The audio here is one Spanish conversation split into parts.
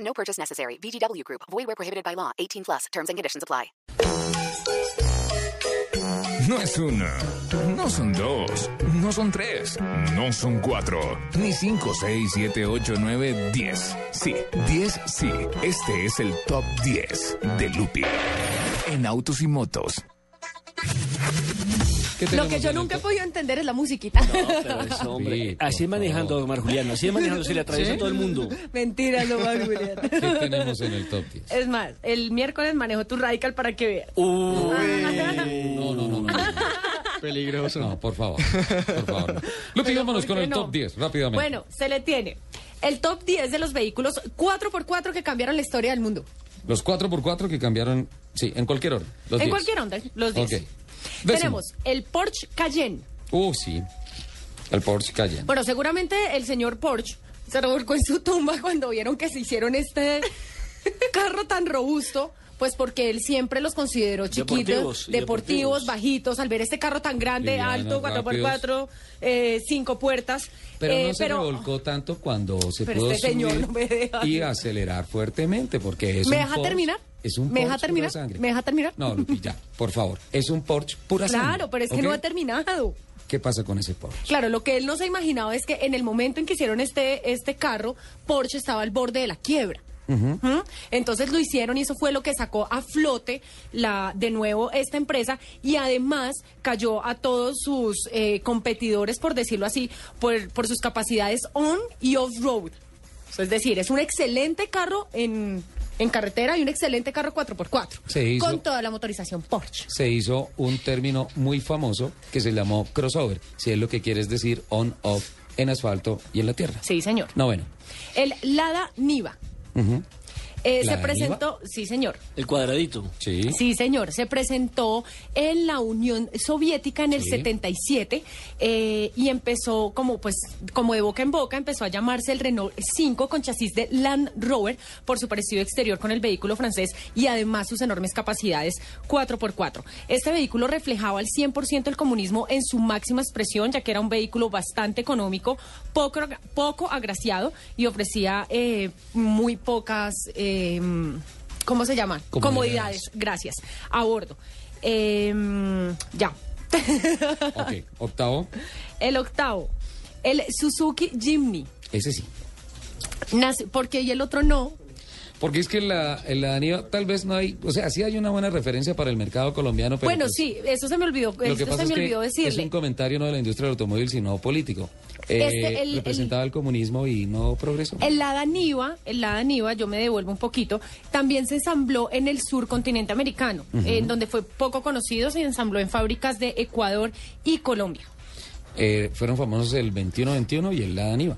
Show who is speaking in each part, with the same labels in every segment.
Speaker 1: No purchase necessary. VGW Group. Void where prohibited by law. 18 plus. Terms and conditions apply.
Speaker 2: No es una, no son dos, no son tres, no son cuatro, ni cinco, seis, siete, ocho, nueve, diez. Sí, diez, sí. Este es el top 10 de Lupi en autos y motos.
Speaker 3: Lo que yo nunca he podido entender es la musiquita.
Speaker 4: Pero ese hombre, así es manejando, Omar Juliano, así es manejando, se le atraviesa a todo el mundo.
Speaker 3: Mentira, no más, Julián.
Speaker 5: ¿Qué tenemos en el top 10?
Speaker 3: Es más, el miércoles manejo tu radical para que veas.
Speaker 5: No, no, no, no. Peligroso. No, por favor. Por favor. Lupi,
Speaker 3: Pero
Speaker 5: vámonos con
Speaker 3: ¿por qué
Speaker 5: el
Speaker 3: no?
Speaker 5: top 10, rápidamente.
Speaker 3: Bueno, se le tiene. El top 10 de los vehículos 4x4 que cambiaron la historia del mundo.
Speaker 5: Los 4x4 que cambiaron, sí, en cualquier orden. Los
Speaker 3: en
Speaker 5: 10.
Speaker 3: cualquier onda, los 10.
Speaker 5: Ok. Décimo.
Speaker 3: Tenemos el Porsche Cayenne.
Speaker 5: Uh, sí. El Porsche Cayenne.
Speaker 3: Bueno, seguramente el señor Porsche se revolcó en su tumba cuando vieron que se hicieron este carro tan robusto. Pues porque él siempre los consideró chiquitos,
Speaker 4: Deportivos,
Speaker 3: deportivos,
Speaker 4: y deportivos.
Speaker 3: bajitos. Al ver este carro tan grande,
Speaker 5: Livianos,
Speaker 3: alto, 4x4, eh, cinco puertas.
Speaker 5: Pero
Speaker 3: eh,
Speaker 5: no se revolcó tanto cuando se
Speaker 3: Pero
Speaker 5: pudo
Speaker 3: este señor
Speaker 5: subir
Speaker 3: no me deja.
Speaker 5: y acelerar fuertemente, porque es
Speaker 3: ¿Me
Speaker 5: un
Speaker 3: deja
Speaker 5: Porsche-
Speaker 3: terminar?
Speaker 5: Es un
Speaker 3: ¿Me
Speaker 5: Porsche
Speaker 3: deja
Speaker 5: pura
Speaker 3: terminar?
Speaker 5: sangre.
Speaker 3: ¿Me deja terminar?
Speaker 5: No, Lupi, ya, por favor. Es un Porsche pura sangre.
Speaker 3: Claro, pero es que no
Speaker 5: ¿ok?
Speaker 3: ha terminado.
Speaker 5: ¿Qué pasa con ese Porsche?
Speaker 3: Claro, lo que él no se imaginaba es que en el momento en que hicieron este, este carro, Porsche estaba al borde de la quiebra. ¿Mm? Entonces lo hicieron y eso fue lo que sacó a flote la, de nuevo esta empresa y además cayó a todos sus eh, competidores, por decirlo así, por, por sus capacidades on y off-road. O sea, Es decir, es un excelente carro en, en carretera y un excelente carro 4x4
Speaker 5: Se hizo-
Speaker 3: con toda la motorización Porsche.
Speaker 5: se hizo un término muy famoso que se llamó crossover, si es lo que quieres decir on-off en asfalto y en la tierra.
Speaker 3: Sí, señor.
Speaker 5: No, bueno.
Speaker 3: El Lada Niva. Eh, se
Speaker 5: ¿Lada
Speaker 3: presentó, sí señor,
Speaker 4: El cuadradito.
Speaker 5: Sí.
Speaker 3: sí señor, se presentó en la Unión Soviética en el
Speaker 5: Sí.
Speaker 3: 77 eh, y empezó como pues como de boca en boca empezó a llamarse el Renault 5 con chasis de Land Rover por su parecido exterior con el vehículo francés y además sus enormes capacidades 4x4. Este vehículo reflejaba al 100% el comunismo en su máxima expresión ya que era un vehículo bastante económico, poco, poco agraciado y ofrecía eh, muy pocas... eh, ¿Cómo se llama?
Speaker 5: Comodidades.
Speaker 3: Comodidades, gracias. A bordo. Em, ya.
Speaker 5: Ok, octavo,
Speaker 3: El octavo. El Suzuki Jimny.
Speaker 5: ese sí.
Speaker 3: Nace- porque y el otro no.
Speaker 5: Porque es que la, la Daniva tal vez no hay, o sea, sí hay una buena referencia para el mercado colombiano, pero...
Speaker 3: bueno,
Speaker 5: pues,
Speaker 3: sí, eso se me olvidó.
Speaker 5: Lo que
Speaker 3: Esto
Speaker 5: pasa
Speaker 3: se
Speaker 5: es
Speaker 3: me
Speaker 5: que
Speaker 3: olvidó
Speaker 5: es
Speaker 3: decirle.
Speaker 5: un comentario no de la industria del automóvil, sino político. Eh,
Speaker 3: Este, el-
Speaker 5: representaba el, comunismo y no progresó.
Speaker 3: El Lada Niva, el Lada Niva, yo me devuelvo un poquito, también se ensambló en el sur continente americano, en donde fue poco conocido, se ensambló en fábricas de Ecuador y Colombia.
Speaker 5: Eh, fueron famosos el 21-21 y el la Daniva.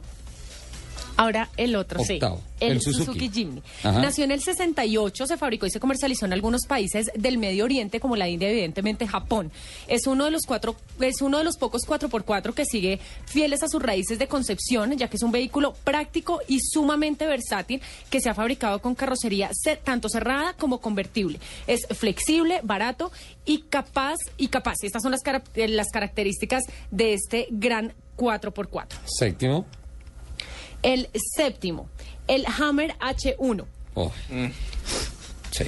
Speaker 3: Ahora el otro,
Speaker 5: Octavo,
Speaker 3: sí. El,
Speaker 5: el Suzuki.
Speaker 3: Suzuki, Jimny.
Speaker 5: Ajá.
Speaker 3: Nació en el 68, se fabricó y se comercializó en algunos países del Medio Oriente, como la India, evidentemente Japón. Es uno de los cuatro, es uno de los pocos 4x4 que sigue fieles a sus raíces de concepción, ya que es un vehículo práctico y sumamente versátil que se ha fabricado con carrocería ce- tanto cerrada como convertible. Es flexible, barato y capaz, y capaz. Estas son las, cara- eh, las características de este gran 4x4.
Speaker 5: Séptimo.
Speaker 3: El séptimo, el Hammer H1.
Speaker 5: Oh. Sí.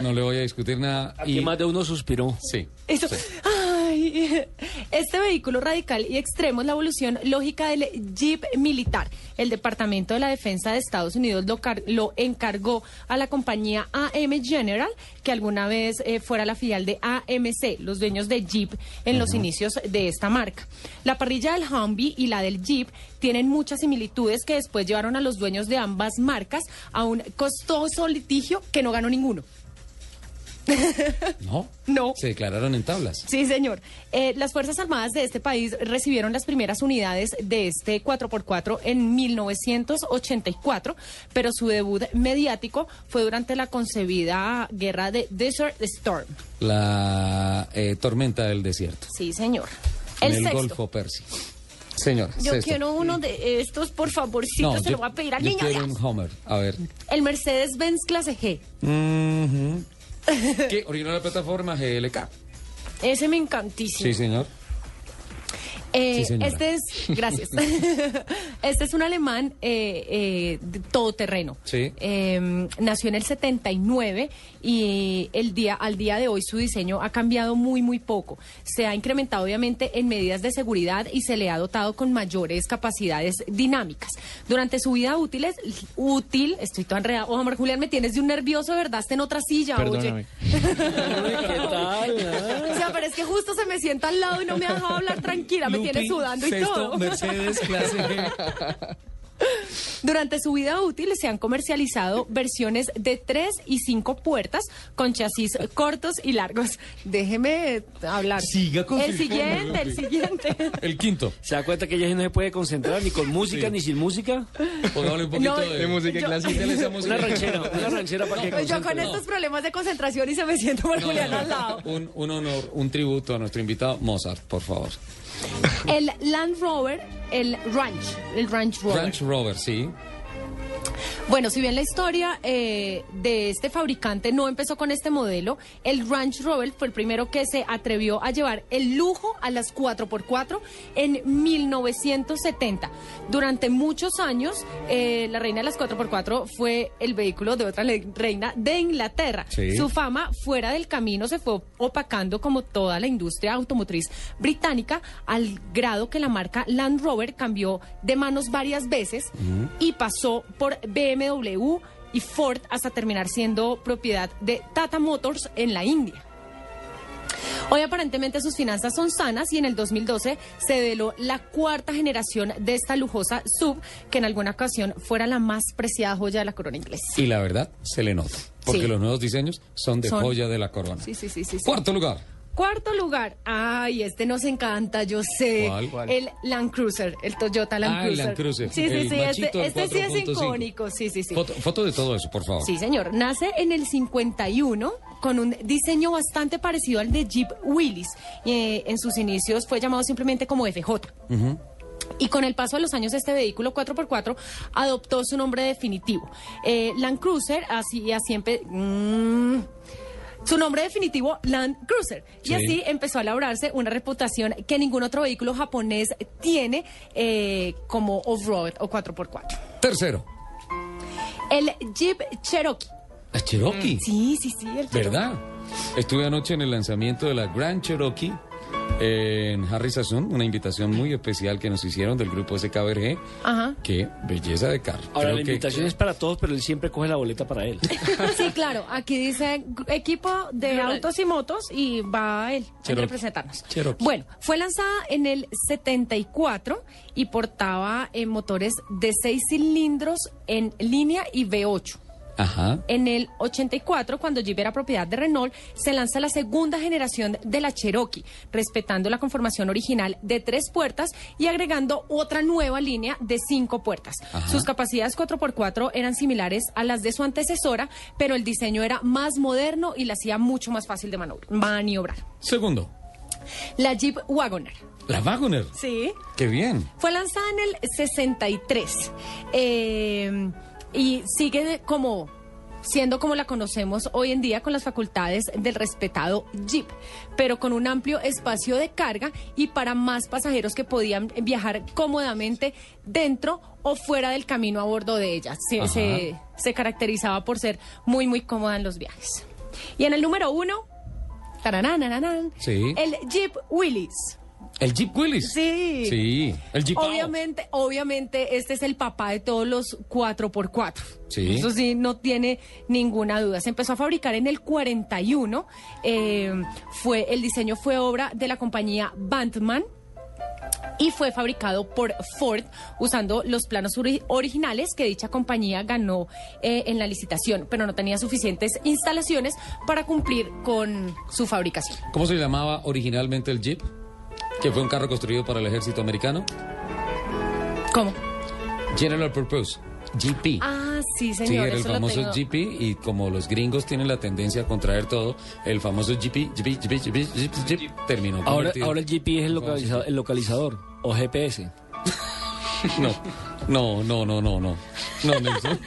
Speaker 5: No le voy a discutir nada.
Speaker 4: Aquí más de uno suspiró.
Speaker 5: Sí.
Speaker 3: Eso- ay, este vehículo radical y extremo es la evolución lógica del Jeep militar. El Departamento de la Defensa de Estados Unidos lo, car- lo encargó a la compañía AM General, que alguna vez eh, fuera la filial de AMC, los dueños de Jeep en los inicios de esta marca. La parrilla del Humvee y la del Jeep tienen muchas similitudes que después llevaron a los dueños de ambas marcas a un costoso litigio que no ganó ninguno.
Speaker 5: No.
Speaker 3: No.
Speaker 5: Se declararon en tablas.
Speaker 3: Sí, señor. Eh, las Fuerzas Armadas de este país recibieron las primeras unidades de este 4x4 en 1984, pero su debut mediático fue durante la concebida guerra de Desert Storm.
Speaker 5: La eh, tormenta del desierto.
Speaker 3: Sí, señor.
Speaker 5: en
Speaker 3: El,
Speaker 5: el
Speaker 3: sexto.
Speaker 5: Golfo Pérsico. Señor.
Speaker 6: Yo
Speaker 5: sexto.
Speaker 6: quiero uno de estos, por favorcito,
Speaker 5: No,
Speaker 6: se
Speaker 5: yo-
Speaker 6: lo voy a pedir al
Speaker 5: yo
Speaker 6: niño
Speaker 5: quiero
Speaker 6: Dios.
Speaker 5: un Homer. A ver.
Speaker 3: El Mercedes-Benz Clase G.
Speaker 5: Mhm. ¿Qué? Originó la plataforma GLK.
Speaker 3: Ese me encantísimo.
Speaker 5: Sí, señor.
Speaker 3: Eh,
Speaker 5: Sí, señora.
Speaker 3: este es, gracias. este es un alemán eh, eh, de todoterreno.
Speaker 5: Sí.
Speaker 3: Eh, nació en el 79 y el día, al día de hoy su diseño ha cambiado muy, muy poco. Se ha incrementado obviamente en medidas de seguridad y se le ha dotado con mayores capacidades dinámicas. Durante su vida útil, es- útil estoy toda enredada. Oh, Omar Julián, me tienes de un nervioso, ¿verdad? Está en otra silla,
Speaker 7: Perdóname.
Speaker 3: oye.
Speaker 4: ¿Qué tal?
Speaker 3: O sea, pero es que justo se me sienta al lado y no me ha dejado hablar tranquila, me tiene
Speaker 7: Looping,
Speaker 3: sudando y
Speaker 7: sexto,
Speaker 3: todo.
Speaker 7: Mercedes, clase G.
Speaker 3: Durante su vida útil se han comercializado versiones de 3 y 5 puertas con chasis cortos y largos. Déjeme hablar.
Speaker 7: Siga con
Speaker 3: El
Speaker 7: su
Speaker 3: siguiente, el siguiente.
Speaker 5: El quinto.
Speaker 4: ¿Se da cuenta que ella sí no se puede concentrar ni con música ni sin música?
Speaker 5: Pongámosle un poquito
Speaker 3: No,
Speaker 5: de...
Speaker 7: De música
Speaker 3: Yo-
Speaker 7: clásica.
Speaker 5: Métale esa
Speaker 4: Una
Speaker 5: música.
Speaker 4: ranchera, una ranchera para que
Speaker 3: pues Yo con
Speaker 4: concentre.
Speaker 3: estos problemas de concentración y se me siento por
Speaker 5: No, no,
Speaker 3: Julián
Speaker 5: no.
Speaker 3: al lado.
Speaker 5: Un, un honor, un tributo a nuestro invitado Mozart, por favor.
Speaker 3: El Land Rover, el Ranch, el Ranch Rover.
Speaker 5: Ranch Rover, sí.
Speaker 3: Bueno, si bien la historia eh, de este fabricante no empezó con este modelo, el Ranch Rover fue el primero que se atrevió a llevar el lujo a las 4x4 en 1970. Durante muchos años, eh, la reina de las 4x4 fue el vehículo de otra le- reina de Inglaterra.
Speaker 5: Sí.
Speaker 3: Su fama fuera del camino se fue opacando como toda la industria automotriz británica, al grado que la marca Land Rover cambió de manos varias veces y pasó por BMW y Ford hasta terminar siendo propiedad de Tata Motors en la India. Hoy aparentemente sus finanzas son sanas y en el 2012 se veló la cuarta generación de esta lujosa sub que en alguna ocasión fuera la más preciada joya de la corona inglesa.
Speaker 5: Y la verdad, se le nota. Porque
Speaker 3: Sí.
Speaker 5: los nuevos diseños son de
Speaker 3: Son-
Speaker 5: joya de la corona.
Speaker 3: Sí, sí, sí, sí. sí.
Speaker 5: Cuarto lugar.
Speaker 3: Cuarto lugar, ay, este nos encanta, yo sé.
Speaker 5: ¿Cuál? ¿Cuál?
Speaker 3: El Land Cruiser, el Toyota Land
Speaker 5: Ah, el
Speaker 3: Cruiser.
Speaker 5: Land Cruiser.
Speaker 3: Sí, sí,
Speaker 5: El
Speaker 3: sí,
Speaker 5: machito
Speaker 3: este,
Speaker 5: del
Speaker 3: este sí es
Speaker 5: 4.5.
Speaker 3: icónico, sí, sí, sí.
Speaker 5: Foto, foto de todo eso, por favor.
Speaker 3: Sí, señor. Nace en el 51 con un diseño bastante parecido al de Jeep Willys. Y, eh, en sus inicios fue llamado simplemente como FJ. Y con el paso de los años, este vehículo 4x4 adoptó su nombre definitivo. Eh, Land Cruiser, así, así empe- mm. su nombre definitivo, Land Cruiser. Y
Speaker 5: Sí.
Speaker 3: así empezó a labrarse una reputación que ningún otro vehículo japonés tiene eh, como off-road o 4x4.
Speaker 5: Tercero.
Speaker 3: El Jeep Cherokee.
Speaker 5: La Cherokee.
Speaker 3: Mm, Sí, sí, sí, el Cherokee.
Speaker 5: ¿Verdad? Estuve anoche en el lanzamiento de la Grand Cherokee en Harry Sassoon, una invitación muy especial que nos hicieron del grupo SKBRG.
Speaker 3: Ajá.
Speaker 5: Qué belleza de carro.
Speaker 4: Ahora,
Speaker 5: Creo
Speaker 4: la
Speaker 5: que-
Speaker 4: invitación es para todos, pero él siempre coge la boleta para él.
Speaker 3: Sí, claro. Aquí dice gr- equipo de autos y motos y va él a
Speaker 5: Cherokee.
Speaker 3: representarnos.
Speaker 5: Cherokee.
Speaker 3: Bueno, fue lanzada en el 74 y portaba eh, motores de 6 cilindros en línea y V8.
Speaker 5: Ajá.
Speaker 3: En el 84, cuando Jeep era propiedad de Renault, se lanza la segunda generación de la Cherokee, respetando la conformación original de tres puertas y agregando otra nueva línea de cinco puertas.
Speaker 5: Ajá.
Speaker 3: Sus capacidades 4x4 eran similares a las de su antecesora, pero el diseño era más moderno y la hacía mucho más fácil de manobr- maniobrar.
Speaker 5: Segundo.
Speaker 3: La Jeep Wagoner.
Speaker 5: La Wagoner.
Speaker 3: Sí.
Speaker 5: Qué bien.
Speaker 3: Fue lanzada en el 63 eh, y sigue de- como siendo como la conocemos hoy en día con las facultades del respetado Jeep, pero con un amplio espacio de carga y para más pasajeros que podían viajar cómodamente dentro o fuera del camino a bordo de ella. Se,
Speaker 5: Ajá.
Speaker 3: se- se caracterizaba por ser muy, muy cómoda en los viajes. Y en el número uno, tarananananán,
Speaker 5: Sí.
Speaker 3: el Jeep Willys.
Speaker 5: El Jeep Willis.
Speaker 3: Sí.
Speaker 5: Sí. El Jeep.
Speaker 3: Obviamente, obviamente, este es el papá de todos los 4x4.
Speaker 5: Sí.
Speaker 3: Eso sí, no tiene ninguna duda. Se empezó a fabricar en el 41. eh, fue, el diseño fue obra de la compañía Bantman. y fue fabricado por Ford usando los planos ori- originales que dicha compañía ganó eh, en la licitación, pero no tenía suficientes instalaciones para cumplir con su fabricación.
Speaker 5: ¿Cómo se llamaba originalmente el Jeep? Que fue un carro construido para el ejército americano.
Speaker 3: ¿Cómo?
Speaker 5: General Purpose, GP.
Speaker 3: Ah, sí, señor.
Speaker 5: Sí, era el
Speaker 3: eso lo
Speaker 5: famoso
Speaker 3: tengo.
Speaker 5: GP y como los gringos tienen la tendencia a contraer todo, el famoso GP, GP, GP, GP, GP, GP, terminó.
Speaker 4: Ahora,
Speaker 5: convertido-
Speaker 4: ahora el GPS es el localizador, el localizador o GPS.
Speaker 5: No, no, no, no, no, no. No, Nelson.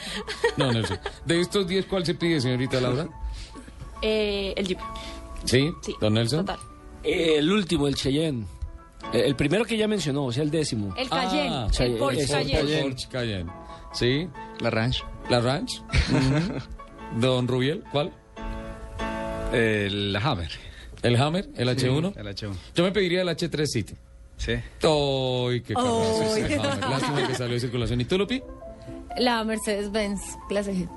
Speaker 5: No, Nelson. De estos 10, ¿cuál se pide, señorita Laura?
Speaker 6: Eh, el Jeep.
Speaker 5: ¿Sí?
Speaker 6: Sí.
Speaker 5: ¿Don Nelson?
Speaker 6: Total.
Speaker 4: Eh, El último, el Cheyenne. Eh, El primero que ya mencionó, o sea, el décimo.
Speaker 3: El Cayenne,
Speaker 5: Ah,
Speaker 3: el
Speaker 4: Cayenne,
Speaker 3: Porsche
Speaker 4: ese,
Speaker 3: Cayenne.
Speaker 5: El Porsche Cayenne. ¿Sí?
Speaker 7: La ranch.
Speaker 5: ¿La Ranch? Ujú. ¿Don Rubiel? ¿Cuál?
Speaker 7: El Hammer.
Speaker 5: ¿El Hammer? ¿El H1?
Speaker 7: El H1.
Speaker 5: Yo me pediría el H3 City.
Speaker 7: Sí.
Speaker 5: ¡Ay, qué carro!
Speaker 3: Ay.
Speaker 5: Lástima que salió de circulación. ¿Y tú, Lupi?
Speaker 3: La Mercedes-Benz, clase G.